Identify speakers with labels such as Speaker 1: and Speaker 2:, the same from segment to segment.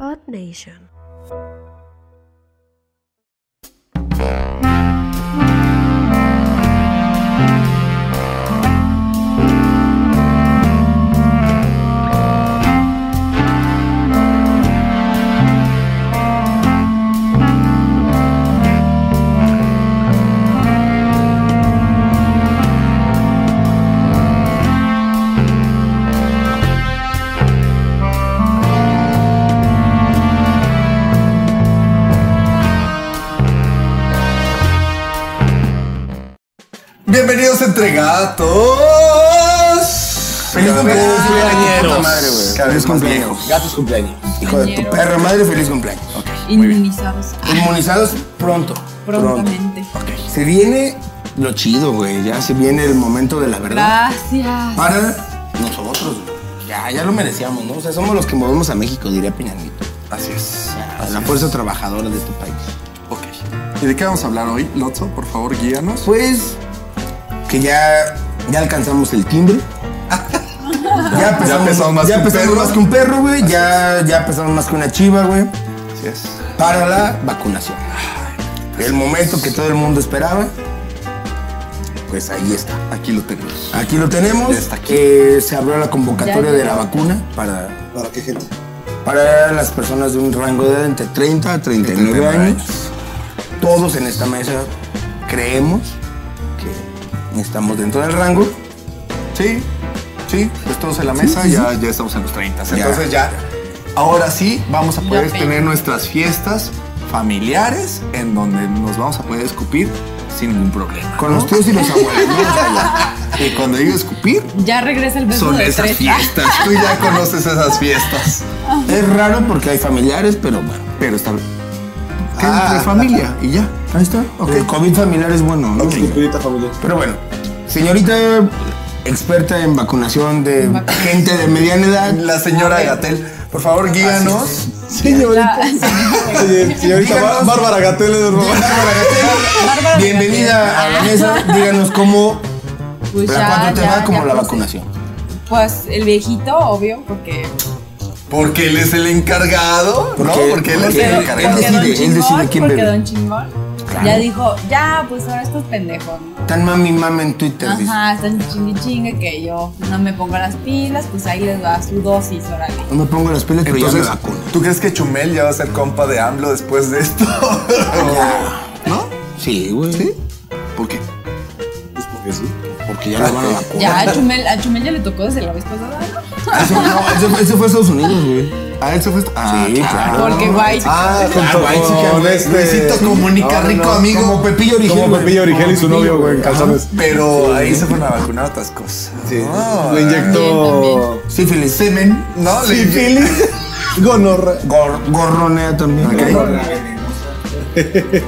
Speaker 1: Earth Nation.
Speaker 2: Bienvenidos a entre gatos.
Speaker 3: Feliz cumpleaños,
Speaker 2: cumpleaños.
Speaker 3: cumpleaños.
Speaker 2: madre, güey.
Speaker 3: Cada vez más viejos.
Speaker 2: Gatos cumpleaños. Hijo de tu
Speaker 4: Cumpleaños.
Speaker 2: perra madre, feliz cumpleaños.
Speaker 4: Inmunizados.
Speaker 2: Inmunizados pronto.
Speaker 4: Prontamente.
Speaker 2: Ok. Se viene lo chido, güey. Ya se viene el momento de la verdad.
Speaker 4: Gracias.
Speaker 2: Para nosotros, güey. Ya, ya lo merecíamos, ¿no? O sea, somos los que movemos a México, diría Pinanito.
Speaker 3: Así es.
Speaker 2: A la fuerza trabajadora de este país.
Speaker 3: Ok. ¿Y de qué vamos a hablar hoy, Lotso? Por favor, guíanos.
Speaker 2: Pues que ya, ya alcanzamos el timbre. Ya pesamos,
Speaker 3: pesamos más
Speaker 2: ya
Speaker 3: que un
Speaker 2: pesamos
Speaker 3: perro.
Speaker 2: más que un perro, güey. Ya, ya pesamos más que una chiva, güey.
Speaker 3: Así es. pues
Speaker 2: Para la vacunación. El momento que todo el mundo esperaba. Pues ahí está.
Speaker 3: Aquí lo tenemos.
Speaker 2: Aquí lo tenemos.
Speaker 3: Ya está aquí.
Speaker 2: Eh, se abrió la convocatoria
Speaker 4: Ya
Speaker 2: de la
Speaker 4: llegó.
Speaker 2: vacuna para,
Speaker 3: ¿Para qué gente?
Speaker 2: para las personas de un rango de edad entre 30 a 39,
Speaker 3: 39
Speaker 2: años.
Speaker 3: años.
Speaker 2: Todos en esta mesa creemos que estamos dentro del rango.
Speaker 3: Sí. Sí, pues todos en la mesa,
Speaker 2: sí,
Speaker 3: ya, ya estamos en los 30.
Speaker 2: Ya.
Speaker 3: Entonces ya, ahora sí vamos a
Speaker 4: Ya
Speaker 3: poder
Speaker 4: pe-
Speaker 3: tener nuestras fiestas familiares en donde nos vamos a poder escupir sin ningún problema.
Speaker 2: Con
Speaker 3: ¿no?
Speaker 2: los tíos y los abuelos. ¿no? O sea,
Speaker 3: Y cuando digo escupir,
Speaker 4: Ya regresa el beso
Speaker 3: son
Speaker 4: de
Speaker 3: esas
Speaker 4: tres.
Speaker 3: fiestas. Tú ya conoces esas fiestas.
Speaker 2: ya. Es raro porque hay familiares, pero bueno.
Speaker 3: Pero está ¿Qué
Speaker 2: Ah.
Speaker 3: entre familia y ya.
Speaker 2: Ahí está. El COVID familiar es bueno, ¿no? Pero bueno, señorita experta en vacunación de
Speaker 4: vacunación.
Speaker 2: gente de mediana edad.
Speaker 3: La señora Gatel, por favor, guíanos.
Speaker 2: Señorita.
Speaker 3: Señorita
Speaker 2: Bá- Bárbara
Speaker 3: Gatel
Speaker 2: Bárbara Gatel, Bienvenida a la mesa. Díganos cómo
Speaker 4: Pues
Speaker 2: la
Speaker 4: ya,
Speaker 2: cuánto te
Speaker 4: ya,
Speaker 2: va como
Speaker 4: ya,
Speaker 2: la
Speaker 4: pues,
Speaker 2: vacunación.
Speaker 4: Pues el viejito, obvio, porque.
Speaker 3: Porque él es el encargado, ¿no?
Speaker 2: Porque-
Speaker 3: Porque él es
Speaker 2: porque-
Speaker 3: el
Speaker 4: Pero-
Speaker 2: él
Speaker 3: encargado.
Speaker 4: porque
Speaker 2: decide,
Speaker 4: don
Speaker 2: él
Speaker 4: Chingón,
Speaker 2: decide quién
Speaker 4: porque
Speaker 2: bebe.
Speaker 4: don Chingón
Speaker 2: Claro.
Speaker 4: ya dijo, ya, pues ahora estos pendejos, ¿no?
Speaker 2: Tan mami mami en Twitter. dice.
Speaker 4: Ajá, están chingue chingue que yo no me pongo las pilas, pues ahí les va su dosis, órale.
Speaker 2: No me pongo las pilas, pero ya me
Speaker 3: Entonces,
Speaker 2: vacuno.
Speaker 3: ¿tú crees que Chumel ya va a ser compa de AMLO después de esto? ¿No?
Speaker 2: Sí, güey.
Speaker 3: ¿Por qué?
Speaker 2: Porque ya lo van a vacunar.
Speaker 4: Ya, a Chumel, a Chumel ya le tocó desde la vez pasada, ¿no?
Speaker 2: Eso, no, eso- eso fue Estados Unidos, güey.
Speaker 3: ¿A él se fue? Ah,
Speaker 2: Sí, claro.
Speaker 4: Porque guay.
Speaker 3: Ah,
Speaker 2: Ah,
Speaker 3: junto
Speaker 2: güey, sí que
Speaker 3: con
Speaker 2: hablé,
Speaker 3: este... Luisito
Speaker 2: sí.
Speaker 3: Comunica,
Speaker 2: No, no,
Speaker 3: rico
Speaker 2: no,
Speaker 3: amigo.
Speaker 2: Como Pepillo Origel.
Speaker 5: Como
Speaker 2: güey.
Speaker 5: Pepillo Origel y su
Speaker 2: Pepillo,
Speaker 5: novio, güey, en
Speaker 2: ajá.
Speaker 5: calzones.
Speaker 3: Pero ahí se fueron a vacunar otras cosas. Sí.
Speaker 5: Le inyectó
Speaker 2: Sífilis.
Speaker 3: Semen, ¿no? Le inye-
Speaker 5: sífilis, gonorrea.
Speaker 2: Gor- gorronea también.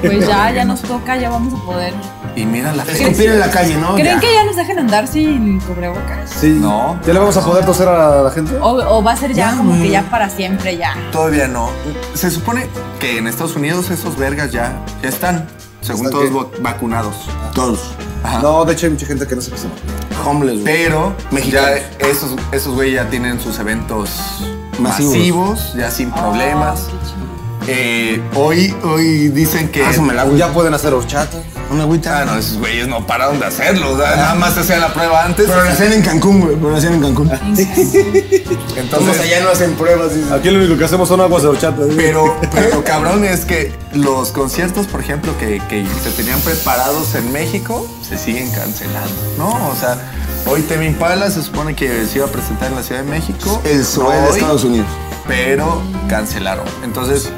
Speaker 4: Pues ya, ya nos toca, ya vamos a poder.
Speaker 3: Y mira la fe.
Speaker 2: Escupir en la calle, ¿no?
Speaker 4: ¿Creen
Speaker 2: Oh, Ya.
Speaker 4: que ya nos dejen andar sin cubrebocas?
Speaker 5: Sí.
Speaker 3: No.
Speaker 5: ¿Ya le vamos a poder toser a la gente?
Speaker 4: O, o va a ser ya,
Speaker 2: Ya,
Speaker 4: como
Speaker 2: güey.
Speaker 4: que ya para siempre, ya.
Speaker 3: Todavía no. Se supone que en Estados Unidos esos vergas ya, ya están, según
Speaker 5: ¿Están
Speaker 3: todos
Speaker 5: qué?
Speaker 3: vo- vacunados.
Speaker 2: Todos.
Speaker 3: Ajá.
Speaker 5: No, de hecho hay mucha gente que no se vacuna.
Speaker 2: Homeless. güey.
Speaker 3: Pero
Speaker 2: Mexicanos.
Speaker 3: ya esos esos güey ya tienen sus eventos
Speaker 2: Masivos.
Speaker 3: masivos, ya sin problemas.
Speaker 4: Oh, qué chido.
Speaker 3: Eh, hoy hoy dicen que
Speaker 2: Pásame Ah, la agua.
Speaker 5: Ya pueden hacer horchata.
Speaker 2: Una agüita.
Speaker 3: Ah, no, esos güeyes no pararon de hacerlo, o sea, nada más se hacían la prueba antes.
Speaker 2: Ah. Pero lo hacían en Cancún, güey. Pero lo hacían en Cancún.
Speaker 3: Entonces
Speaker 2: no hacen pruebas.
Speaker 5: Aquí lo único que hacemos son aguas de horchata. ¿sí?
Speaker 3: Pero, pero cabrón, es que los conciertos, por ejemplo, que, que se tenían preparados en México, se siguen cancelando, ¿no? O sea, hoy Temi Impala se supone que se iba a presentar en la Ciudad de México.
Speaker 2: El
Speaker 3: no
Speaker 2: Zoé de
Speaker 3: hoy,
Speaker 2: Estados Unidos.
Speaker 3: Pero cancelaron. Entonces,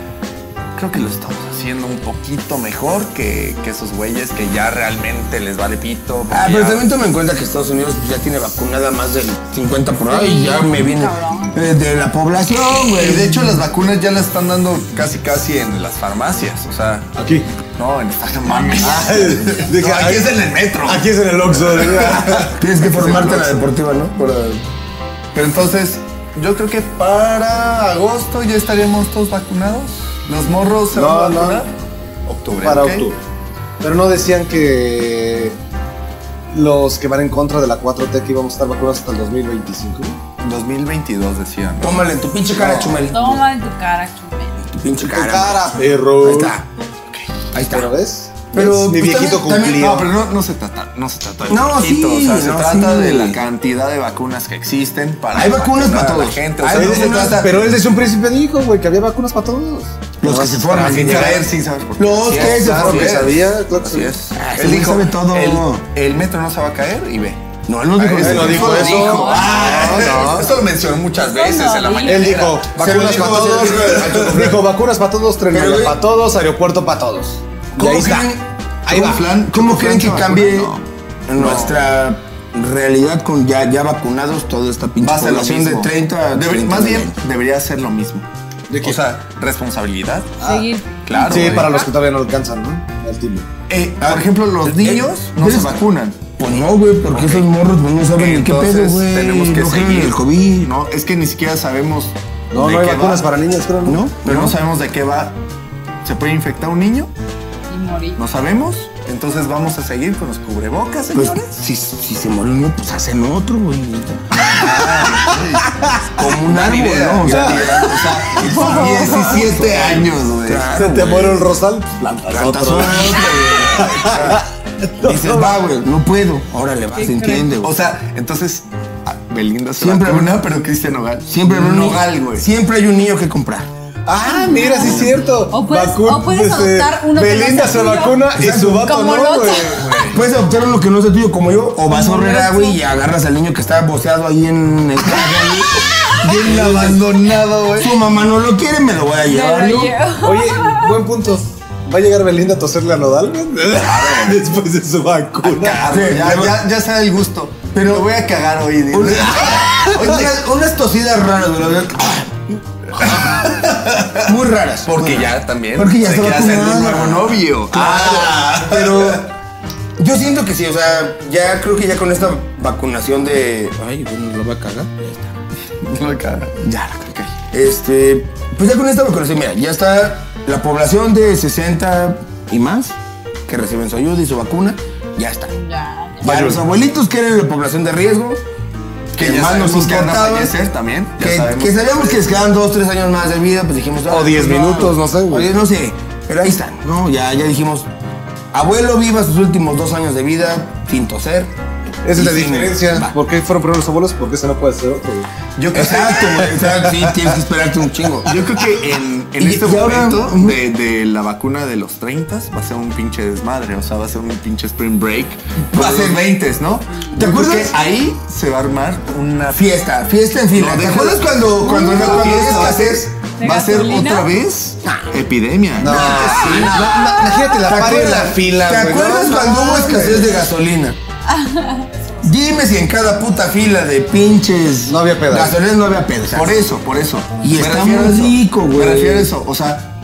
Speaker 3: creo que lo estamos haciendo un poquito mejor que, que esos güeyes que ya realmente les vale pito. porque
Speaker 2: Ah, pero
Speaker 3: ya-
Speaker 2: también toma en cuenta que Estados Unidos pues, ya tiene vacunada más del 50 por ahí.
Speaker 4: Sí,
Speaker 2: y ya me viene
Speaker 4: cabrón.
Speaker 2: eh, de la población,
Speaker 3: Y
Speaker 2: güey.
Speaker 3: de hecho, las vacunas ya las están dando casi, casi en las farmacias. O sea,
Speaker 5: Aquí.
Speaker 3: no, en esta mames.
Speaker 5: dije,
Speaker 3: No, aquí
Speaker 5: ay.
Speaker 3: es en el metro.
Speaker 5: Aquí es en el Oxxo. ¿sí?
Speaker 2: Tienes que formarte en la
Speaker 3: Sí,
Speaker 2: deportiva, ¿no? Para-
Speaker 3: Pero entonces, yo creo que para agosto ya estaríamos todos vacunados. Los morros se van a
Speaker 5: No, no.
Speaker 3: vacunar. Octubre.
Speaker 5: Para
Speaker 3: ¿ok?
Speaker 5: octubre. Pero no decían que los que van en contra de la 4T que íbamos a estar vacunados hasta el 2025.
Speaker 3: 2022 decían. ¿no?
Speaker 2: Tómale en tu pinche cara,
Speaker 3: No.
Speaker 2: Chumel.
Speaker 4: Toma en tu cara, Chumel.
Speaker 2: Tu pinche cara.
Speaker 5: cara,
Speaker 2: güey.
Speaker 5: perro.
Speaker 2: Ahí está. Ahí está.
Speaker 5: ¿Pero ves?
Speaker 2: Pero,
Speaker 5: ¿Ves? Mi
Speaker 2: pues,
Speaker 5: viejito
Speaker 2: también- también-
Speaker 5: cumplido.
Speaker 3: No, pero no, no se trata, no se trata de
Speaker 2: No,
Speaker 3: poquito,
Speaker 2: sí,
Speaker 3: o sea, se
Speaker 2: no,
Speaker 3: trata
Speaker 2: sí.
Speaker 3: de la cantidad de vacunas que existen para
Speaker 2: Hay vacunas
Speaker 3: vacunar
Speaker 2: para
Speaker 3: a Ah, la
Speaker 2: todos.
Speaker 3: gente, o
Speaker 2: Hay
Speaker 3: sea, no se
Speaker 2: vacunas
Speaker 3: trata
Speaker 5: Pero él desde un principio dijo, güey, que había vacunas para todos.
Speaker 2: Los que se forman.
Speaker 3: para
Speaker 2: sin
Speaker 3: caer
Speaker 2: saber.
Speaker 3: sin saber por qué.
Speaker 2: Los
Speaker 3: Así
Speaker 2: que
Speaker 3: es,
Speaker 2: se
Speaker 3: así
Speaker 2: forman.
Speaker 3: es.
Speaker 5: sabía, claro que
Speaker 3: Así
Speaker 5: sí.
Speaker 3: es.
Speaker 2: Ah, ese
Speaker 3: él
Speaker 2: güey
Speaker 3: dijo,
Speaker 2: sabe todo.
Speaker 3: El, el metro no se va a caer y ve.
Speaker 2: No, él no dijo
Speaker 3: Ah,
Speaker 2: eso.
Speaker 5: no dijo
Speaker 2: Él
Speaker 5: eso.
Speaker 3: Ah,
Speaker 5: No, no.
Speaker 3: Esto lo mencionó muchas
Speaker 4: Eso
Speaker 3: veces
Speaker 4: no
Speaker 3: en la
Speaker 4: dijo.
Speaker 3: mañana.
Speaker 5: Él dijo, vacunas
Speaker 2: dijo,
Speaker 5: para todos.
Speaker 2: güey.
Speaker 5: Dijo, vacunas para todos, tren
Speaker 2: Pero, güey,
Speaker 5: para todos, aeropuerto para todos. Y
Speaker 2: ¿Cómo
Speaker 5: ahí está.
Speaker 2: creen-
Speaker 5: Ahí
Speaker 2: cómo
Speaker 5: va.
Speaker 2: plan- ¿Cómo creen que
Speaker 3: plan se
Speaker 2: cambie
Speaker 3: Pues vacuna?
Speaker 2: nuestra realidad con ya, ya vacunados toda esta pinche
Speaker 3: Va a ser lo
Speaker 2: población de
Speaker 3: mismo.
Speaker 2: 30
Speaker 3: Debe-
Speaker 2: 30
Speaker 3: más bien,
Speaker 2: millones?
Speaker 3: debería ser lo mismo. O sea, responsabilidad.
Speaker 4: Seguir.
Speaker 3: Claro.
Speaker 5: Sí,
Speaker 3: güey.
Speaker 5: para los que todavía no alcanzan, ¿no? El tipo.
Speaker 3: Eh, por ejemplo, los niños no se
Speaker 2: ¿ves?
Speaker 3: vacunan.
Speaker 2: Pues no, güey, porque esos morros pues, no saben ni qué
Speaker 3: Entonces,
Speaker 2: pedo, güey.
Speaker 3: tenemos que
Speaker 2: no creen en
Speaker 3: seguir.
Speaker 2: el COVID.
Speaker 3: No, es que ni siquiera sabemos.
Speaker 5: No,
Speaker 3: de
Speaker 5: no hay
Speaker 3: qué
Speaker 5: vacunas
Speaker 3: va,
Speaker 5: para niños, creo, ¿no?
Speaker 2: ¿No?
Speaker 3: Pero no sabemos de qué va. ¿Se puede infectar un niño?
Speaker 4: Y morir.
Speaker 3: No sabemos. Entonces vamos a seguir con los cubrebocas,
Speaker 2: Pues
Speaker 3: señores.
Speaker 2: si, si se muere uno, pues hacen otro, güey. Como un
Speaker 3: Gran
Speaker 2: árbol,
Speaker 3: idea,
Speaker 2: ¿no? O sea,
Speaker 3: gran idea. O sea, 17 años, güey.
Speaker 5: Se te muere el rosal, plantas
Speaker 2: plantas
Speaker 5: otro.
Speaker 2: otro, güey. Dices, va, güey, no puedo. Órale, va,
Speaker 4: ¿Qué
Speaker 2: se entiende, güey.
Speaker 3: O sea, entonces ah, Belinda se
Speaker 2: Siempre-
Speaker 3: vacuna, pero Cristian Nodal.
Speaker 2: Siempre habrá un
Speaker 3: Nodal, güey.
Speaker 2: Siempre hay un niño que comprar.
Speaker 5: Ah, mira, sí es cierto.
Speaker 4: O puedes-
Speaker 5: Vacu-
Speaker 4: o puedes
Speaker 5: este,
Speaker 4: adoptar uno que no
Speaker 5: Belinda
Speaker 4: sea
Speaker 5: se
Speaker 4: tuyo.
Speaker 5: vacuna y su vato
Speaker 4: Como
Speaker 5: no,
Speaker 4: Lotso.
Speaker 5: güey.
Speaker 2: Puedes adoptar lo que no sea tuyo como yo, o vas a horrera, güey, y agarras al niño que está boceado ahí en el carro, güey. Bien abandonado, güey. Su mamá no lo quiere, me lo voy a
Speaker 4: Pero
Speaker 2: llevar, ¿no?
Speaker 4: yo-
Speaker 5: Oye, buen punto. ¿Va a llegar Belinda a toserle a Nodal? güey? Después de su vacuna.
Speaker 3: Ah,
Speaker 2: Sí,
Speaker 3: ya,
Speaker 2: ya-
Speaker 3: ya, ya sabe el gusto. Pero lo voy a cagar hoy. dile.
Speaker 2: Una- unas, unas tosidas raras, güey. la verdad. Muy raras.
Speaker 3: Porque ya también.
Speaker 2: Porque ya
Speaker 3: se
Speaker 2: se
Speaker 3: quiere hacer un
Speaker 2: vacunaron.
Speaker 3: nuevo novio.
Speaker 2: Ah, pero yo siento que sí, o sea, ya creo que ya con esta vacunación de. Ay, bueno, la va a cagar.
Speaker 3: No, cara.
Speaker 2: Ya, la cagué. Este, pues ya con esta vacunación, mira, ya está la población de 60 y más que reciben su ayuda y su vacuna, ya está.
Speaker 4: Ya, ya.
Speaker 2: Para los abuelitos que eran la población de riesgo,
Speaker 3: Que
Speaker 2: ya
Speaker 3: ya
Speaker 2: sabemos
Speaker 3: nos
Speaker 2: que van a
Speaker 3: importaba.
Speaker 2: fallecer
Speaker 3: también.
Speaker 2: que, que sabíamos que les quedaban dos, tres años más de vida, pues dijimos. ah,
Speaker 5: O 10
Speaker 2: pues,
Speaker 5: minutos, no sé, güey.
Speaker 2: o 10, no sé. Pero ahí están, ¿no? Ya, ya dijimos. Abuelo viva sus últimos dos años de vida sin toser.
Speaker 5: Esa es la
Speaker 2: Y sin-
Speaker 5: diferencia.
Speaker 2: Va.
Speaker 5: ¿Por qué fueron primero los abuelos? Porque ese no puede ser otro, güey.
Speaker 3: Yo creo
Speaker 2: Exacto, güey. Exacto, sí, tienes que esperarte un chingo.
Speaker 3: Yo creo que en, en
Speaker 2: Y-
Speaker 3: este
Speaker 2: y ahora-
Speaker 3: momento
Speaker 2: ujú.
Speaker 3: de, de la vacuna de los 30 va a ser un pinche desmadre, o sea, va a ser un pinche spring break. Va a ser 20, ¿no?
Speaker 2: ¿Te
Speaker 3: Yo creo
Speaker 2: acuerdas?
Speaker 3: que ahí se va a armar una
Speaker 2: Fiesta, fiesta en fila.
Speaker 3: No,
Speaker 2: ¿Te
Speaker 3: déjalo.
Speaker 2: acuerdas cuando, cuando,
Speaker 3: No,
Speaker 2: cuando
Speaker 3: fiesta
Speaker 2: había
Speaker 3: va a
Speaker 2: escasez?
Speaker 3: ser,
Speaker 4: ¿De
Speaker 3: va a ser
Speaker 4: gasolina?
Speaker 3: otra vez epidemia.
Speaker 5: No, sí. No, no, imagínate la
Speaker 2: ¿Te
Speaker 5: par en
Speaker 2: acuerdas?
Speaker 5: la fila,
Speaker 2: ¿Te
Speaker 5: güey.
Speaker 2: acuerdas
Speaker 5: No,
Speaker 2: cuando hubo
Speaker 5: mames.
Speaker 2: escasez de gasolina? Dime si en cada puta fila de pinches.
Speaker 5: No había pedo.
Speaker 2: Gasolinas no había pedo.
Speaker 3: Por eso, por eso.
Speaker 2: Y
Speaker 3: Me
Speaker 2: está
Speaker 3: refiero a
Speaker 2: muy
Speaker 3: eso.
Speaker 2: rico, güey.
Speaker 3: Me refiero a eso, o sea,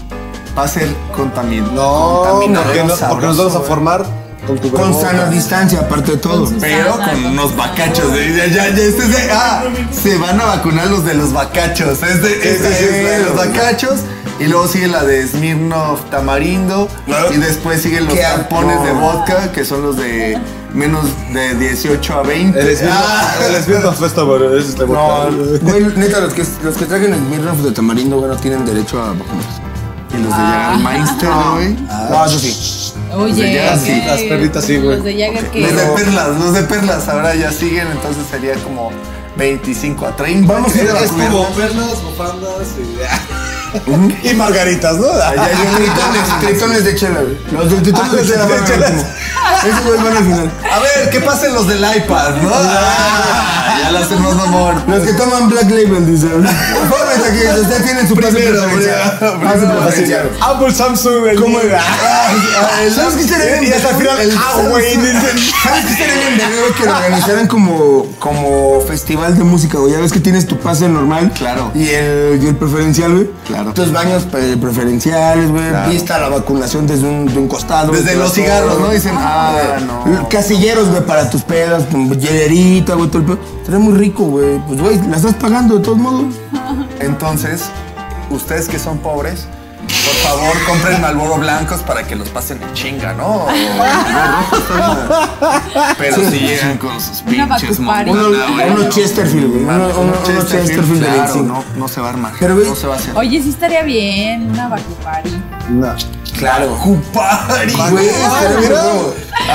Speaker 3: va a ser contaminado.
Speaker 5: No, porque, no- porque nos vamos a formar con tu
Speaker 2: Con sana distancia, aparte de todo.
Speaker 4: Con sus-
Speaker 3: Pero con unos bacachos. eh, Ya, ya, ya, este es de- ah, se van a vacunar los de los bacachos. Este, este
Speaker 2: sí,
Speaker 3: es de
Speaker 2: claro,
Speaker 3: los
Speaker 2: güey.
Speaker 3: bacachos. Y luego sigue la de Smirnoff Tamarindo.
Speaker 2: Claro.
Speaker 3: Y después siguen los
Speaker 2: Qué
Speaker 3: tampones
Speaker 2: asco.
Speaker 3: de vodka, que son los de menos de 18 a 20.
Speaker 5: El esbirro,
Speaker 3: Ah,
Speaker 5: el esbirro festa, güey. Es este
Speaker 2: No,
Speaker 5: botán, güey.
Speaker 2: güey, neta, los que, los que traigan el Smirnoff de tamarindo, güey, no tienen derecho a vacunarse.
Speaker 3: y los de llegar al Mainster, güey.
Speaker 5: Ah,
Speaker 2: No, eso sí.
Speaker 4: Oye,
Speaker 3: de Jagger, sí,
Speaker 4: que-
Speaker 5: las perritas sí, güey.
Speaker 4: Los de Jagger que.
Speaker 3: Los de
Speaker 2: Pero-
Speaker 3: perlas, los de perlas ahora ya siguen, entonces sería como 25 a 30.
Speaker 2: Vamos a ir a
Speaker 5: Es
Speaker 2: vacunar.
Speaker 5: como perlas, bufandas y... y margaritas, ¿no?
Speaker 2: Allá hay un tritones, tritones de chela, güey. Los del tritones
Speaker 5: Ah,
Speaker 2: de chela
Speaker 5: los de
Speaker 2: van al
Speaker 5: chela.
Speaker 2: último. Esos güeyes van al final.
Speaker 3: A ver, ¿qué pasen los del iPad, no? Ah, ya la hacemos amor.
Speaker 2: Los que toman Black Label, dice. Infórmense que ustedes tienen su pase
Speaker 3: Primero,
Speaker 2: preferencial.
Speaker 3: primero,
Speaker 2: Pase
Speaker 3: primero.
Speaker 2: preferencial.
Speaker 5: Apple, Samsung, el... ¿Cómo
Speaker 2: ¿Sabes qué sería
Speaker 5: Y
Speaker 2: bien
Speaker 5: hasta al
Speaker 2: verga?
Speaker 5: final, ah, güey, dicen...
Speaker 2: ¿Sabes qué sería bien verga que lo organizaran como, como festival de música, güey? Ya ves que tienes tu pase normal.
Speaker 3: Claro.
Speaker 2: Y el, y el preferencial, güey.
Speaker 3: Claro.
Speaker 2: Tus baños pre- preferenciales, güey.
Speaker 3: Claro.
Speaker 2: Vista la vacunación desde un, de un costado. güey,
Speaker 3: Desde
Speaker 2: te
Speaker 3: los
Speaker 2: vas todo,
Speaker 3: cigarros, ¿no?
Speaker 2: güey.
Speaker 3: Dicen, ah, no.
Speaker 2: Casilleros, güey, para tus pedas, con hielerita, güey, todo el pedo. Sería muy rico, güey. Pues, güey, la estás pagando de todos modos.
Speaker 3: Entonces, ustedes que son pobres, Por favor, compren Malboro blancos para que los pasen en chinga, ¿no? O Marlboro rojos, ¿no? Pero si llegan con sus
Speaker 4: Una
Speaker 3: pinches
Speaker 4: Bacupari.
Speaker 2: Uno,
Speaker 3: mongolas, güey.
Speaker 2: uno Chesterfield, güey. Uno, uno- uno Chesterfield, de
Speaker 3: claro,
Speaker 2: 25.
Speaker 3: no, no se va a armar.
Speaker 2: Pero, güey,
Speaker 3: no se va a hacer.
Speaker 4: Oye, sí estaría bien una Bacupari.
Speaker 5: No.
Speaker 2: Claro.
Speaker 3: Cupari, güey.
Speaker 5: Bacupari, mira.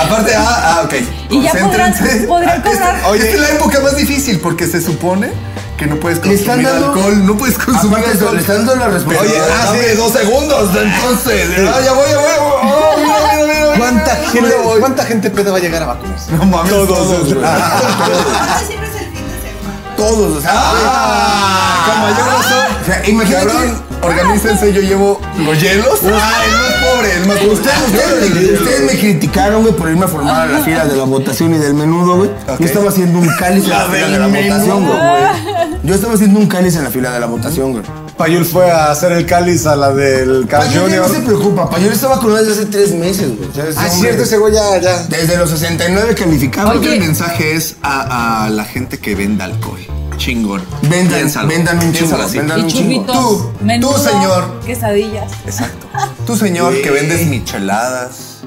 Speaker 3: Aparte, ah, ah, ok.
Speaker 4: Y ya podrán-
Speaker 3: Concéntrense.
Speaker 4: podrán
Speaker 3: Esta-
Speaker 4: cobrar.
Speaker 3: Esta,
Speaker 2: Este-
Speaker 3: es la época más difícil porque se supone que no puedes
Speaker 2: Le están
Speaker 3: consumir
Speaker 2: dando-
Speaker 3: alcohol. No puedes consumir
Speaker 2: Aparte,
Speaker 3: alcohol.
Speaker 2: le están dando la responsabilidad.
Speaker 3: Oye, ah, sí, dos segundos. Entonces, ah, ya voy, ya voy. ya voy. Oh, mira, mira, mira, mira.
Speaker 5: ¿Cuánta gente,
Speaker 3: Yo voy.
Speaker 5: ¿Cuánta gente peda va a llegar a vacunarse?
Speaker 3: No mames,
Speaker 5: Todos,
Speaker 3: todos, Ah, güey.
Speaker 5: güey.
Speaker 1: siempre es el fin de semana.
Speaker 2: Todos, o sea.
Speaker 3: Ah,
Speaker 2: güey.
Speaker 3: como yo no soy-
Speaker 2: O sea, imagínate.
Speaker 3: Cabrón, organícense, yo llevo los hielos. Ah, el más pobre, el más
Speaker 2: Ustedes, ustedes me, ustedes me criticaron, güey, por irme a formar a las filas de la votación y del menudo, güey.
Speaker 3: Ok.
Speaker 2: Yo estaba haciendo un cáliz en
Speaker 3: La
Speaker 2: la fila de
Speaker 3: del
Speaker 2: la votación,
Speaker 3: menudo,
Speaker 2: güey. Yo estaba haciendo un cáliz en la fila de la votación, güey.
Speaker 5: Payul fue a hacer el cáliz a la del Carl
Speaker 2: Payol ya
Speaker 5: Junior.
Speaker 2: no se preocupa, Payol estaba con él desde hace tres meses, güey. O sea, ese
Speaker 5: Ah,
Speaker 2: hombre-
Speaker 5: cierto, ese güey ya, ya.
Speaker 2: Desde los 69 calificaba.
Speaker 4: Oye.
Speaker 2: güey.
Speaker 3: El mensaje es a, a la gente que venda alcohol. Chingón.
Speaker 2: Vendan,
Speaker 3: Piénsalo.
Speaker 2: vendan un
Speaker 3: Piénsalo
Speaker 2: chingo,
Speaker 3: así.
Speaker 2: vendan
Speaker 4: Y
Speaker 2: un chingo.
Speaker 4: churritos.
Speaker 3: Tú, tú,
Speaker 4: menudo,
Speaker 3: señor.
Speaker 4: Quesadillas.
Speaker 3: Exacto. Tú, señor, que vendes micheladas,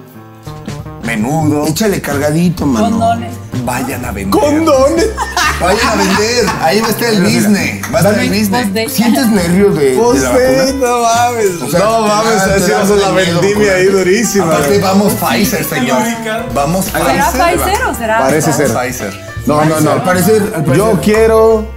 Speaker 3: menudo,
Speaker 2: Échale cargadito, mano.
Speaker 4: Condones.
Speaker 3: vayan a vender.
Speaker 5: ¡Condones!
Speaker 3: Vayan a vender. Ahí va a estar el
Speaker 2: Mira, mira.
Speaker 3: Disney. Va a estar el
Speaker 2: Dale.
Speaker 4: Pues
Speaker 3: Disney.
Speaker 4: de-
Speaker 2: ¿Sientes nervios de, de la
Speaker 5: José,
Speaker 2: vacuna?
Speaker 5: no mames.
Speaker 2: O sea,
Speaker 5: no mames,
Speaker 2: te da- te
Speaker 5: así
Speaker 2: da
Speaker 5: vamos a ah, la
Speaker 2: miedo
Speaker 5: vendimia
Speaker 2: vacunarte.
Speaker 5: ahí durísima.
Speaker 3: Aparte, vamos Pfizer, señor. Vamos
Speaker 4: ¿Será
Speaker 3: Pfizer.
Speaker 4: Pfizer o será
Speaker 5: Parece
Speaker 4: Astra?
Speaker 5: ser.
Speaker 3: Pfizer.
Speaker 5: No, no, no.
Speaker 2: Al parecer, al parecer.
Speaker 5: Yo quiero.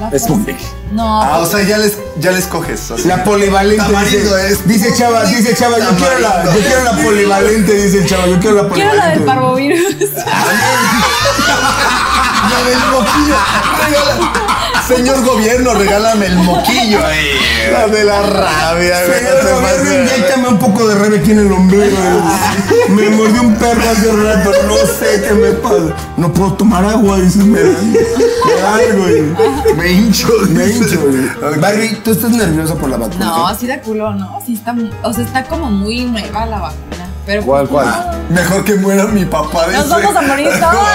Speaker 4: La
Speaker 5: Es
Speaker 4: Pfizer. No,
Speaker 3: Ah, o sea, ya les, ya les coges. o sea.
Speaker 2: La polivalente.
Speaker 3: Tamarindo
Speaker 2: dice,
Speaker 3: es.
Speaker 2: Dice Chava, dice Chava, yo quiero, la, yo quiero la polivalente, dice el Chava, yo quiero la
Speaker 4: quiero
Speaker 2: polivalente.
Speaker 4: la del parvovirus.
Speaker 3: La del moquillo. Regala- Señor gobierno, regálame el moquillo. Ay,
Speaker 5: La de la rabia, güey.
Speaker 2: Señor
Speaker 5: No te
Speaker 2: gobierno,
Speaker 5: pases.
Speaker 2: inyéctame un poco de rebe aquí en el ombligo. Me mordió un perro hace rato, no sé qué me pasa. No puedo tomar agua, dices, me dan, me dan, güey.
Speaker 3: Me hincho.
Speaker 2: Me hincho, güey. Barry, ¿tú estás nervioso por la vacuna?
Speaker 4: No, sí da culo, ¿no? Sí está, mu- o sea, está como muy nueva la vacuna. Pero
Speaker 5: ¿Cuál, cuál?
Speaker 4: Ah,
Speaker 3: Mejor que muera mi papá. dice.
Speaker 4: Nos vamos a morir
Speaker 3: No,
Speaker 4: todos.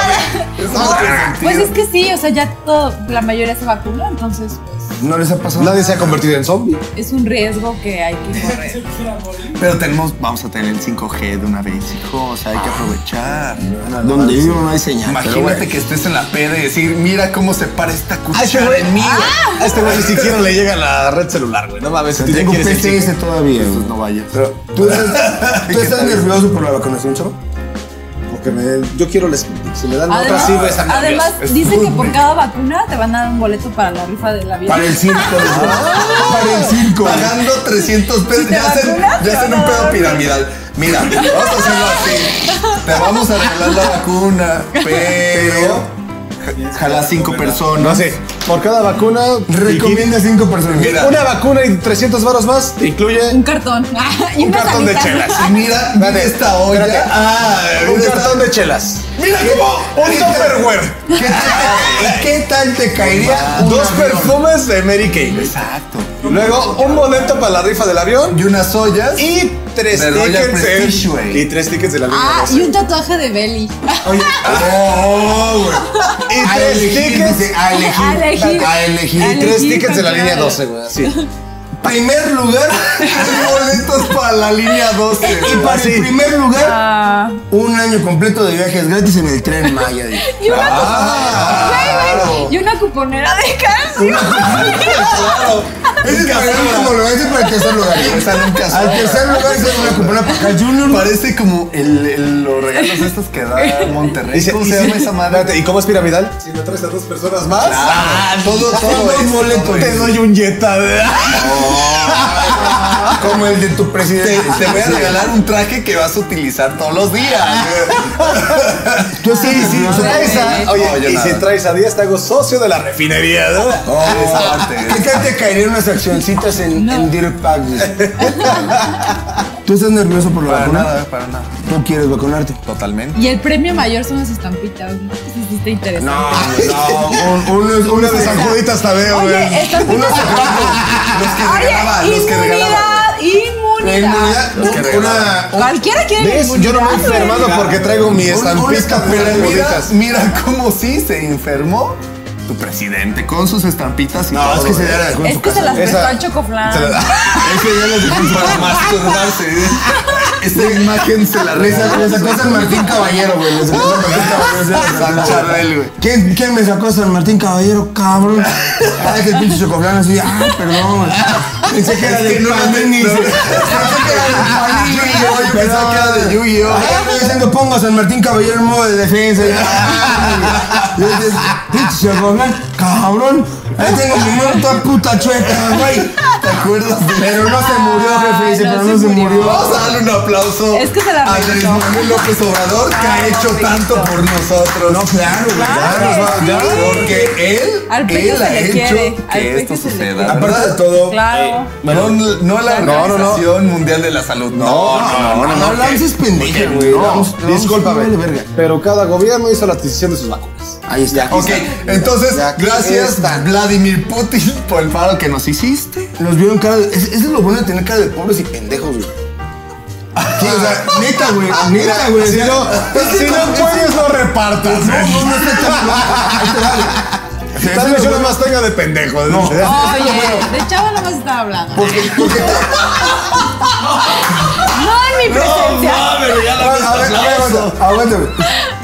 Speaker 3: eso no tiene sentido.
Speaker 4: Pues es que sí, o sea, ya todo, la mayoría se vacunó, entonces pues
Speaker 2: ¿No les ha pasado?
Speaker 5: Nadie se ha convertido en zombie.
Speaker 4: es un riesgo que hay que correr.
Speaker 3: Pero tenemos, vamos a tener el 5G de una vez, hijo. O sea, hay que aprovechar.
Speaker 2: Donde vivo Ah, no hay señal.
Speaker 3: Ah. Imagínate que estés en la peda y decir, mira cómo se para esta cuchara
Speaker 5: güey.
Speaker 3: en mí. este güey". ¡Ah!
Speaker 5: A este güey ni siquiera le llega la red celular, güey. No mames, si
Speaker 2: Tengo
Speaker 5: tengo PC.
Speaker 2: PCS todavía, güey.
Speaker 3: No vayas.
Speaker 2: ¿Tú estás, tú estás nervioso por la vacunación, Chava?
Speaker 5: Porque me den- Yo quiero les. Si me dan otra,
Speaker 4: Además,
Speaker 5: sí, güey. esa-
Speaker 4: además
Speaker 3: nervioso. Es
Speaker 4: dicen que
Speaker 3: fútbol.
Speaker 4: por cada vacuna te van a dar un boleto para la rifa de la vida.
Speaker 2: Para el circo. ¿no? Para el circo.
Speaker 3: Pagando 300 pesos.
Speaker 4: Si te
Speaker 3: ya hacen,
Speaker 4: vacunas,
Speaker 3: ya
Speaker 4: te
Speaker 3: hacen
Speaker 4: van
Speaker 3: un
Speaker 4: a
Speaker 3: pedo
Speaker 4: dar-
Speaker 3: piramidal. Mira, vamos a hacerlo así. Te vamos a regalar la vacuna, pero. Jala cinco
Speaker 5: No
Speaker 3: personas.
Speaker 5: sé. Por cada vacuna.
Speaker 2: Recomienda cinco personas.
Speaker 3: Mira.
Speaker 5: Una vacuna y 300 varos más te
Speaker 4: Un
Speaker 5: incluye.
Speaker 4: cartón. Ah, y
Speaker 5: Un
Speaker 4: una
Speaker 5: cartón de
Speaker 4: sanita.
Speaker 5: chelas.
Speaker 3: Y mira, mira esta olla.
Speaker 5: espérate.
Speaker 3: Ah,
Speaker 5: Un
Speaker 3: mira esta-
Speaker 5: cartón de chelas.
Speaker 3: Mira cómo.
Speaker 5: Un Tupperware.
Speaker 2: ¿Qué tal, ¿Qué tal te caería Ah, un
Speaker 5: Dos
Speaker 2: avión?
Speaker 5: perfumes de Mary Kay.
Speaker 3: Exacto.
Speaker 5: Luego, un boleto para la rifa del avión.
Speaker 3: Y unas ollas.
Speaker 5: Y tres
Speaker 3: De Royal
Speaker 5: tickets.
Speaker 3: Prestige,
Speaker 5: en-
Speaker 3: güey.
Speaker 5: Y tres tickets de la línea
Speaker 4: Ah,
Speaker 5: rosa.
Speaker 4: y un tatuaje de Belly.
Speaker 2: Oye,
Speaker 3: Oh, güey.
Speaker 5: Y
Speaker 2: a
Speaker 5: tres
Speaker 2: elegir,
Speaker 5: tickets.
Speaker 2: dice, a
Speaker 4: A
Speaker 2: elegir.
Speaker 4: elegir.
Speaker 2: A elegir.
Speaker 4: A
Speaker 5: Y tres
Speaker 4: elegir
Speaker 5: tickets de la
Speaker 4: cualquiera
Speaker 5: línea
Speaker 4: de-
Speaker 5: 12, güey. Así.
Speaker 2: Primer lugar.
Speaker 3: Tres boletos para la línea 12.
Speaker 2: Eh, Y para el primer lugar,
Speaker 4: Ah,
Speaker 2: un año completo de viajes gratis en el tren Maya. dice.
Speaker 4: y, una
Speaker 3: Ah,
Speaker 4: cuponera, güey, güey, y una cuponera de calcio.
Speaker 2: Ese es como lo hace para el tercer lugar.
Speaker 3: Esa nunca
Speaker 2: Al
Speaker 3: suena.
Speaker 2: tercer lugar se van a comprar para acá, Junior.
Speaker 3: Parece como el, el- los regalos estos que da Monterrey.
Speaker 5: Dice,
Speaker 3: ¿Cómo
Speaker 5: y
Speaker 3: se
Speaker 5: si-
Speaker 3: llama esa madre?
Speaker 5: espérate, ¿Y cómo es piramidal? Si me traes a dos personas más,
Speaker 3: Ah, todo, todo
Speaker 2: Dos
Speaker 3: es
Speaker 2: boletos.
Speaker 5: te doy un Jetta. de-
Speaker 2: Como el de tu
Speaker 3: Te,
Speaker 2: presidente.
Speaker 3: te voy a regalar un traje que vas a utilizar todos los días.
Speaker 2: Tú sí, sí,
Speaker 5: Si
Speaker 2: no sé.
Speaker 5: traes a-
Speaker 3: Oye,
Speaker 5: Oye,
Speaker 3: yo
Speaker 5: y
Speaker 3: nada.
Speaker 5: si traes a 10, te hago socio de la refinería. ¿no?
Speaker 3: Esa parte.
Speaker 2: ¿Qué tal te caerían unas accioncitas en, en Deer Park? dice? ¿Tú estás nervioso por la
Speaker 3: Para
Speaker 2: vacuna?
Speaker 3: nada, eh, para nada.
Speaker 2: ¿Tú quieres vacunarte?
Speaker 3: Totalmente.
Speaker 4: Y el premio mayor son las estampitas, ¿no? Eso sí está interesante.
Speaker 2: no. un- un- un-
Speaker 5: Una de San Juditas Tadeo, güey.
Speaker 4: Oye, estampitas.
Speaker 3: Los que regalaban,
Speaker 4: Oye,
Speaker 3: los que regalaban.
Speaker 4: inmunidad, inmunidad.
Speaker 2: Una-
Speaker 3: que
Speaker 2: una-
Speaker 3: regalaban.
Speaker 4: Cualquiera quiere
Speaker 5: ¿Ves?
Speaker 4: inmunidad.
Speaker 5: Yo no me he
Speaker 4: güey.
Speaker 5: enfermado porque traigo mi
Speaker 3: Un- un
Speaker 5: estampita de
Speaker 3: escapela,
Speaker 5: San
Speaker 3: mira,
Speaker 5: Juditas.
Speaker 3: mira cómo sí se enfermó tu presidente con sus estampitas y
Speaker 2: No, es
Speaker 3: todo,
Speaker 2: que se
Speaker 3: ¿eh?
Speaker 2: da la
Speaker 4: Es que se las prestó
Speaker 5: Esa-
Speaker 4: al chocoflan.
Speaker 5: Se la-
Speaker 3: Es que ya los dejó para masturbarse. ¿eh? Esta imagen se la
Speaker 2: Le sa-
Speaker 3: reza.
Speaker 2: le sacó San Martín Caballero, güey. Le sacó San Martín Caballero. se la sacó.
Speaker 3: San Charbel, güey.
Speaker 2: ¿Quién, quién me sacó San Martín Caballero, cabrón? Ay, que el pinche chocoflán así, ay, perdón. güey. Pensé que era de
Speaker 3: que no,
Speaker 2: Panem y
Speaker 3: no.
Speaker 2: se- Pensé que era de Panem, güey.
Speaker 3: Yo pensaba que era de Yu-Gi-Oh.
Speaker 2: Ay, estoy diciendo, pongo a San Martín Caballero en modo de defensa. Y- y- y- Pinche chocoflán, cabrón. Ahí tengo mi mano toda puta chueca, güey.
Speaker 3: ¿Te acuerdas de
Speaker 2: Pero no se murió, jefe, dice,
Speaker 4: no
Speaker 2: pero
Speaker 4: se
Speaker 2: no se
Speaker 4: murió.
Speaker 2: murió.
Speaker 3: Vamos a darle un aplauso
Speaker 4: Es que se la
Speaker 3: a Andrés
Speaker 4: reventó.
Speaker 3: Manuel López Obrador que ha
Speaker 4: Ay,
Speaker 3: hecho
Speaker 4: López.
Speaker 3: tanto por nosotros.
Speaker 2: No, claro, güey.
Speaker 4: Claro.
Speaker 3: nos va- ya,
Speaker 4: Sí.
Speaker 3: porque él,
Speaker 4: Al peje
Speaker 3: él
Speaker 4: se
Speaker 3: ha
Speaker 4: le
Speaker 3: hecho
Speaker 4: quiere, al
Speaker 3: que
Speaker 4: peje
Speaker 3: esto
Speaker 4: se le
Speaker 3: suceda.
Speaker 4: quiere.
Speaker 3: ¿verdad?
Speaker 2: Aparte de todo,
Speaker 4: Claro.
Speaker 3: No, no la
Speaker 4: No, no, no.
Speaker 3: Organización Mundial de la Salud. No, no, no. no,
Speaker 2: No,
Speaker 3: que-
Speaker 2: Lance es pendeja, güey.
Speaker 3: porque no.
Speaker 2: Lance- Lance
Speaker 5: Discúlpame.
Speaker 2: vale verga.
Speaker 5: Pero cada gobierno hizo la adquisición de sus vacunas.
Speaker 2: Ahí está.
Speaker 3: Ok, entonces,
Speaker 2: Ya, aquí
Speaker 3: gracias
Speaker 2: está.
Speaker 3: Vladimir Putin por el paro que nos hiciste.
Speaker 2: Nos vieron cara de. Ese ese es lo bueno de tener cara de pobres y pendejos, güey. Sí, o sea, neta, güey. Neta, güey. "Ah,
Speaker 5: Si no, si no puedes, no repartas.
Speaker 2: No, no está tan mal. Ahí te vale. O sea,
Speaker 5: Tal
Speaker 2: ese
Speaker 5: vez
Speaker 2: es
Speaker 5: yo
Speaker 2: lo
Speaker 5: nada
Speaker 2: bueno.
Speaker 5: más tenga de pendejo.
Speaker 2: No.
Speaker 4: Oye, de chava no más estaba hablando. No en mi presencia.
Speaker 2: A ver, a ver, aguanta, aguanta, güey.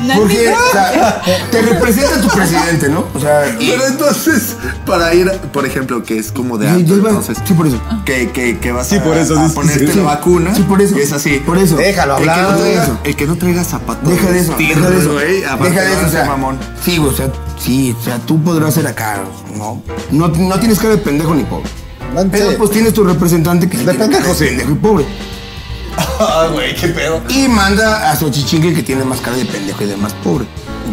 Speaker 4: No,
Speaker 2: Porque,
Speaker 4: no.
Speaker 2: o sea, te representa tu presidente, ¿no? O sea,
Speaker 3: Pero entonces, para ir, por ejemplo, que es como de
Speaker 2: yo-
Speaker 3: alto,
Speaker 2: yo iba-
Speaker 3: entonces,
Speaker 2: Sí, por eso.
Speaker 3: que, que, que vas
Speaker 5: Sí,
Speaker 3: a,
Speaker 5: por eso
Speaker 3: a
Speaker 5: dices-
Speaker 3: ponerte
Speaker 5: sí.
Speaker 3: la vacuna.
Speaker 2: Sí, por eso.
Speaker 3: Es así. Eh,
Speaker 2: Por eso.
Speaker 5: Déjalo
Speaker 3: El que,
Speaker 5: hablar.
Speaker 3: no traiga,
Speaker 2: eso.
Speaker 3: el que no traiga zapatos.
Speaker 2: Deja de eso,
Speaker 3: tiernos,
Speaker 2: deja de eso.
Speaker 3: güey, aparte
Speaker 2: Deja de
Speaker 3: vas
Speaker 2: eso,
Speaker 3: a
Speaker 2: o sea,
Speaker 3: ser mamón.
Speaker 2: sí, güey, o sea, sí, o sea, tú podrás ser acá, no, no, no tienes cara de pendejo ni pobre. Pero pues tienes tu representante que sí
Speaker 5: De
Speaker 2: tiene cara
Speaker 5: pendejo, sí.
Speaker 2: pendejo y pobre.
Speaker 3: Ah, güey, qué pedo.
Speaker 2: Y manda a Xochichinque que tiene más cara de pendejo y de más pobre.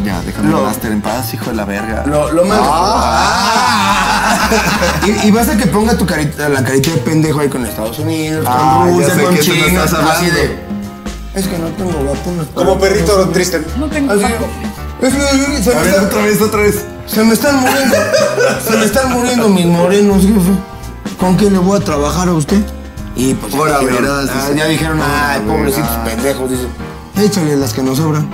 Speaker 3: Ya, déjame
Speaker 2: Lo-
Speaker 3: master en paz, hijo de la verga. Ah.
Speaker 2: Lo, lo manda. Y, y vas a que ponga tu carita, la carita de pendejo ahí con Estados Unidos,
Speaker 3: Ah,
Speaker 2: con
Speaker 3: ya
Speaker 2: Rusia,
Speaker 3: sé
Speaker 2: con
Speaker 3: que tú me
Speaker 2: China,
Speaker 3: estás
Speaker 2: así
Speaker 3: hablando.
Speaker 2: de. Es que no tengo vacunas.
Speaker 5: Como perrito triste.
Speaker 4: No tengo
Speaker 2: Así, es que- se me
Speaker 3: A ver,
Speaker 2: está-
Speaker 3: otra vez, otra vez.
Speaker 2: Se me están muriendo. se me están muriendo mis morenos, jefe. ¿Con qué le voy a trabajar a usted? Y pues ya
Speaker 3: Ahora
Speaker 2: dijeron,
Speaker 3: verás,
Speaker 2: ah,
Speaker 3: dice.
Speaker 2: ya dijeron,
Speaker 3: Ahora
Speaker 2: ay, pobrecitos
Speaker 3: verás".
Speaker 2: pendejos, dice. Échale las que nos sobran.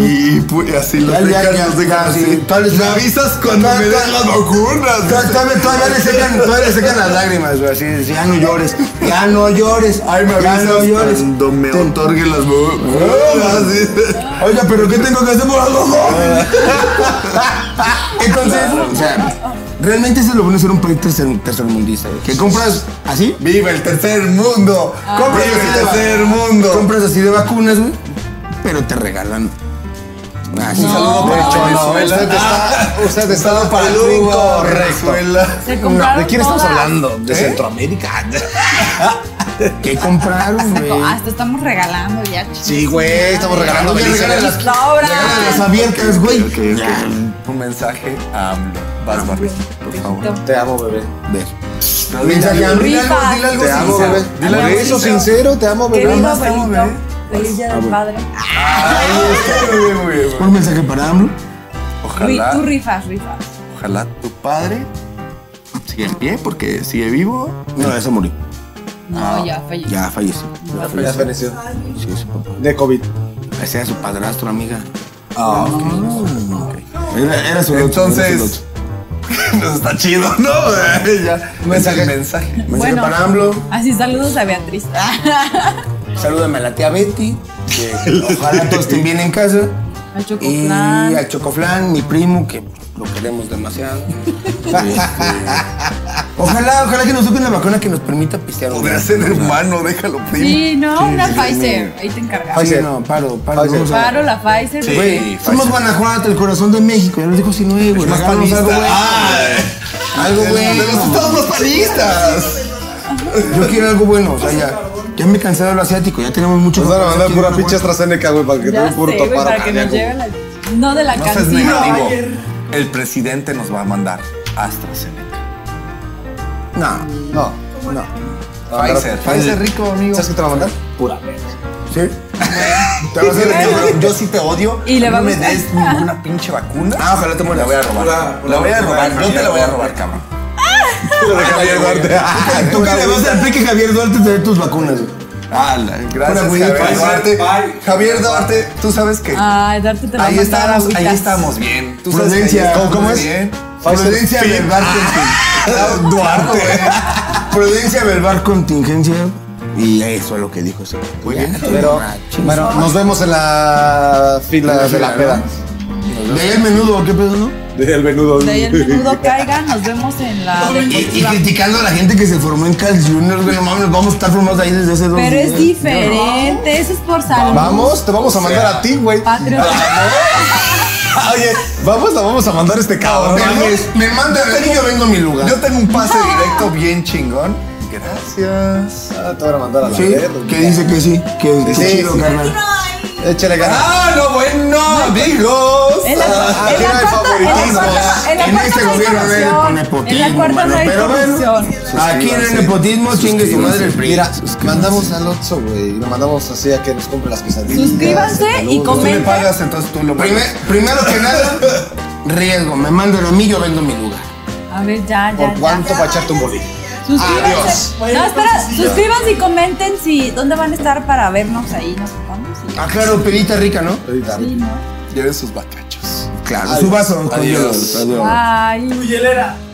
Speaker 3: Y pues, así lo
Speaker 2: Ah. Ya, ya,
Speaker 3: dejan,
Speaker 2: ya,
Speaker 3: los dejan
Speaker 2: ya,
Speaker 3: así.
Speaker 2: sí. Tal vez
Speaker 3: ¿eh? Me
Speaker 2: la-
Speaker 3: avisas cuando
Speaker 2: tal-
Speaker 3: me
Speaker 2: tal-
Speaker 3: den las vacunas.
Speaker 2: Tod- Todavía, todavía le secan, todavía le secan las lágrimas, güey. Así, dice, ya no llores, ya no llores,
Speaker 3: Ay, me
Speaker 2: ya
Speaker 3: avisas
Speaker 2: no llores.
Speaker 3: cuando me
Speaker 2: Ten-
Speaker 3: otorguen las vacunas. dice.
Speaker 2: Oiga, pero ¿qué tengo que hacer por algo joven? Entonces, o sea, realmente eso es lo bueno de ser un país tercer- tercermundista, güey. Que compras así,
Speaker 3: ¡Viva el tercer mundo! ¡Compra
Speaker 2: Viva
Speaker 3: el
Speaker 2: el
Speaker 3: tercer
Speaker 2: tercer
Speaker 3: mundo!
Speaker 2: compras así de vacunas, güey, pero te regalan. Ah, Así
Speaker 4: No.
Speaker 2: saludo por el
Speaker 4: No,
Speaker 2: cholo.
Speaker 3: Venezuela.
Speaker 5: Usted está, usted está para el fin
Speaker 3: Saludo,
Speaker 5: correcto.
Speaker 3: Venezuela.
Speaker 4: Se compraron
Speaker 5: ¿De quién estamos
Speaker 4: todas.
Speaker 5: hablando? De
Speaker 3: ¿Eh?
Speaker 5: Centroamérica.
Speaker 2: ¿Qué compraron, güey?
Speaker 4: Hasta estamos regalando ya.
Speaker 5: Sí, güey, estamos regalando
Speaker 2: Ya
Speaker 5: felices.
Speaker 2: regalan las-
Speaker 4: Sobra.
Speaker 2: regalan las abiertas, güey.
Speaker 3: Ok, ok. Un mensaje a AMLO. Vas, Barbie, por favor.
Speaker 5: Te amo, bebé.
Speaker 2: Ver.
Speaker 3: No,
Speaker 2: Mensaje a mí, dile
Speaker 4: Rifa.
Speaker 2: algo, dile algo
Speaker 5: Te amo,
Speaker 2: sincero.
Speaker 5: bebé.
Speaker 3: Dile algo
Speaker 5: Te hizo
Speaker 3: sincero.
Speaker 5: sincero, te amo,
Speaker 4: Que
Speaker 5: bebé.
Speaker 4: viva
Speaker 3: más te amo,
Speaker 4: Benito.
Speaker 2: ¿eh?
Speaker 3: bebé.
Speaker 4: Feliz día del padre.
Speaker 3: Muy bien, muy bien.
Speaker 2: Un mensaje para AMLO.
Speaker 4: Ri- Tú
Speaker 3: Ojalá,
Speaker 4: rifas, rifas.
Speaker 3: ojalá tu padre sigue en pie porque sigue vivo.
Speaker 2: No, ya se murió.
Speaker 4: No, ya falleció.
Speaker 2: Ah, Ya falleció. Ya
Speaker 5: Ya
Speaker 2: falleció.
Speaker 5: falleció.
Speaker 2: Sí, su papá.
Speaker 5: De COVID.
Speaker 2: Ese era su padrastro, amiga.
Speaker 3: Ah,
Speaker 2: Era, era su lote, era su
Speaker 3: Entonces,
Speaker 2: lote.
Speaker 3: pues está chido, ¿no? Ya.
Speaker 5: Mensaje.
Speaker 3: Es el mensaje.
Speaker 2: mensaje para AMLO.
Speaker 4: así saludos a Beatriz.
Speaker 2: Salúdame a la tía Betty. Que ojalá todos estén bien en casa.
Speaker 4: Al
Speaker 2: Y
Speaker 4: Chocoflan.
Speaker 2: a Chocoflan, mi primo, que lo queremos demasiado. Este, ojalá, ojalá que nos toquen la vacuna que nos permita pistear un
Speaker 3: Podría
Speaker 2: día.
Speaker 3: ser hermano, déjalo, primo.
Speaker 4: Sí, no, una
Speaker 2: sí,
Speaker 4: Pfizer. Ahí te encargamos.
Speaker 2: Sí, no, paro, paro.
Speaker 5: Pfizer.
Speaker 2: vamos a-
Speaker 4: Paro la Pfizer.
Speaker 3: Sí.
Speaker 4: porque-
Speaker 2: Güey, somos
Speaker 3: Pfizer.
Speaker 2: Guanajuato, el corazón de México. Ya lo dijo Sinue, güey.
Speaker 3: Más
Speaker 2: Hagamos
Speaker 3: panista. Ah,
Speaker 2: algo bueno.
Speaker 3: Ay.
Speaker 2: Algo
Speaker 3: De-
Speaker 2: bueno.
Speaker 3: De los estados más panistas.
Speaker 2: Yo quiero algo bueno, o sea, ya, ya me cansé de lo asiático, ya tenemos mucho.
Speaker 5: Nos van a
Speaker 2: japonés
Speaker 5: mandar
Speaker 2: aquí,
Speaker 5: pura
Speaker 2: ¿no?
Speaker 5: pinche AstraZeneca, güey, para que
Speaker 4: Ya
Speaker 5: tengan
Speaker 4: sé,
Speaker 5: puro
Speaker 4: güey,
Speaker 5: paro
Speaker 4: para que nos lleve
Speaker 5: cardíaco.
Speaker 4: la... No de la
Speaker 3: No seas
Speaker 4: cantina.
Speaker 3: negativo. El presidente nos va a mandar AstraZeneca.
Speaker 2: No,
Speaker 5: No, no.
Speaker 3: Pfizer, Pfizer rico, amigo.
Speaker 5: ¿Sabes qué te va a mandar?
Speaker 2: sí. Te vas a hacer
Speaker 3: Yo- Yo sí te odio.
Speaker 4: Y le va
Speaker 3: no
Speaker 4: a
Speaker 3: me
Speaker 4: gustar.
Speaker 3: des ninguna pinche vacuna.
Speaker 2: Ah, ojalá te mueras.
Speaker 3: La voy a robar.
Speaker 2: Pura-
Speaker 3: la voy a
Speaker 2: pura-
Speaker 3: robar.
Speaker 2: pura-
Speaker 3: Yo te la voy a robar, cabrón.
Speaker 5: Javier Duarte.
Speaker 2: Tú que le vas al pique Javier Duarte te dé tus vacunas. güey.
Speaker 3: Ah, la- gracias,
Speaker 2: Pura güey,
Speaker 3: Javier
Speaker 2: bye,
Speaker 3: Duarte.
Speaker 5: bye.
Speaker 3: Javier Duarte, tú sabes que
Speaker 4: Ay, darte te va a
Speaker 3: ahí
Speaker 4: matar
Speaker 3: estamos, ahí
Speaker 4: agüitas.
Speaker 3: estamos bien. Tú sabes que ahí
Speaker 2: Prudencia,
Speaker 3: estamos
Speaker 2: ¿cómo, cómo es?
Speaker 3: bien.
Speaker 2: Prudencia verbal contin- Ah. Duarte. Prudencia verbal contingencia. Y eso es lo que dijo ese. Muy bien.
Speaker 5: Pero, bueno, nos vemos en la fila de la peda.
Speaker 2: De ahí el menudo, ¿qué pedo, no?
Speaker 5: Del menudo.
Speaker 4: De ahí el menudo caiga, nos vemos en la
Speaker 2: Y, y
Speaker 4: deportiva.
Speaker 2: criticando a la gente que se formó en Cal Junior, güey, no mames, vamos a estar formados ahí desde hace dos
Speaker 4: Pero es
Speaker 2: días.
Speaker 4: diferente, eso es por salud.
Speaker 5: Vamos, te vamos a mandar a ti, güey.
Speaker 4: Patrio.
Speaker 5: Oye, vamos, la vamos a mandar a este cabrón.
Speaker 2: Me mames, Me mandan a mí, yo vengo a mi lugar.
Speaker 3: Yo tengo un pase directo bien chingón. Gracias.
Speaker 5: Ah, te van a mandar a la
Speaker 2: Sí,
Speaker 5: verga.
Speaker 2: que dice que sí, que, que
Speaker 5: Sí,
Speaker 2: chido,
Speaker 5: sí.
Speaker 2: carnal.
Speaker 5: Échale ganas.
Speaker 3: Ah, no, bueno, amigos.
Speaker 4: En la,
Speaker 5: Ah,
Speaker 4: en
Speaker 5: aquí
Speaker 4: la
Speaker 5: no hay
Speaker 4: cuarta, en la
Speaker 5: favoritismos.
Speaker 4: cuarta- en la
Speaker 2: En
Speaker 4: cuarta
Speaker 2: este
Speaker 4: no hay
Speaker 2: gobierno debe
Speaker 4: corrupción.
Speaker 2: poner potismo,
Speaker 4: En la cuarta no
Speaker 2: mano,
Speaker 4: hay
Speaker 2: pero bueno.
Speaker 4: corrupción.
Speaker 2: Aquí en el nepotismo chingue su madre el PRI.
Speaker 5: Mira, mandamos al Otso, güey. y Lo mandamos así a que nos compre las quesadillas.
Speaker 4: Suscríbanse
Speaker 5: el
Speaker 4: y
Speaker 5: saludo.
Speaker 3: Tú me
Speaker 4: comenten.
Speaker 3: pagas, entonces tú lo
Speaker 2: Primer-
Speaker 3: pagas.
Speaker 2: primero que nada, riesgo. Me mandan a mí, yo vengo a mi lugar.
Speaker 4: A ver, ya, ya,
Speaker 5: ¿Por cuánto
Speaker 4: ya.
Speaker 5: para echarte un bolillo?
Speaker 4: Suscríbanse.
Speaker 5: Adiós.
Speaker 4: No, espera, suscríbanse y comenten si dónde van a estar para vernos ahí, no sé cuándo. si-
Speaker 2: Ah, claro, pedita rica, ¿no?
Speaker 5: Ahorita.
Speaker 4: Sí, ¿no?
Speaker 3: Lleven sus bacachos.
Speaker 2: Claro, su vaso. con
Speaker 3: Adiós.
Speaker 2: hielos.
Speaker 3: Adiós.
Speaker 4: Ay.
Speaker 6: Tu hielera.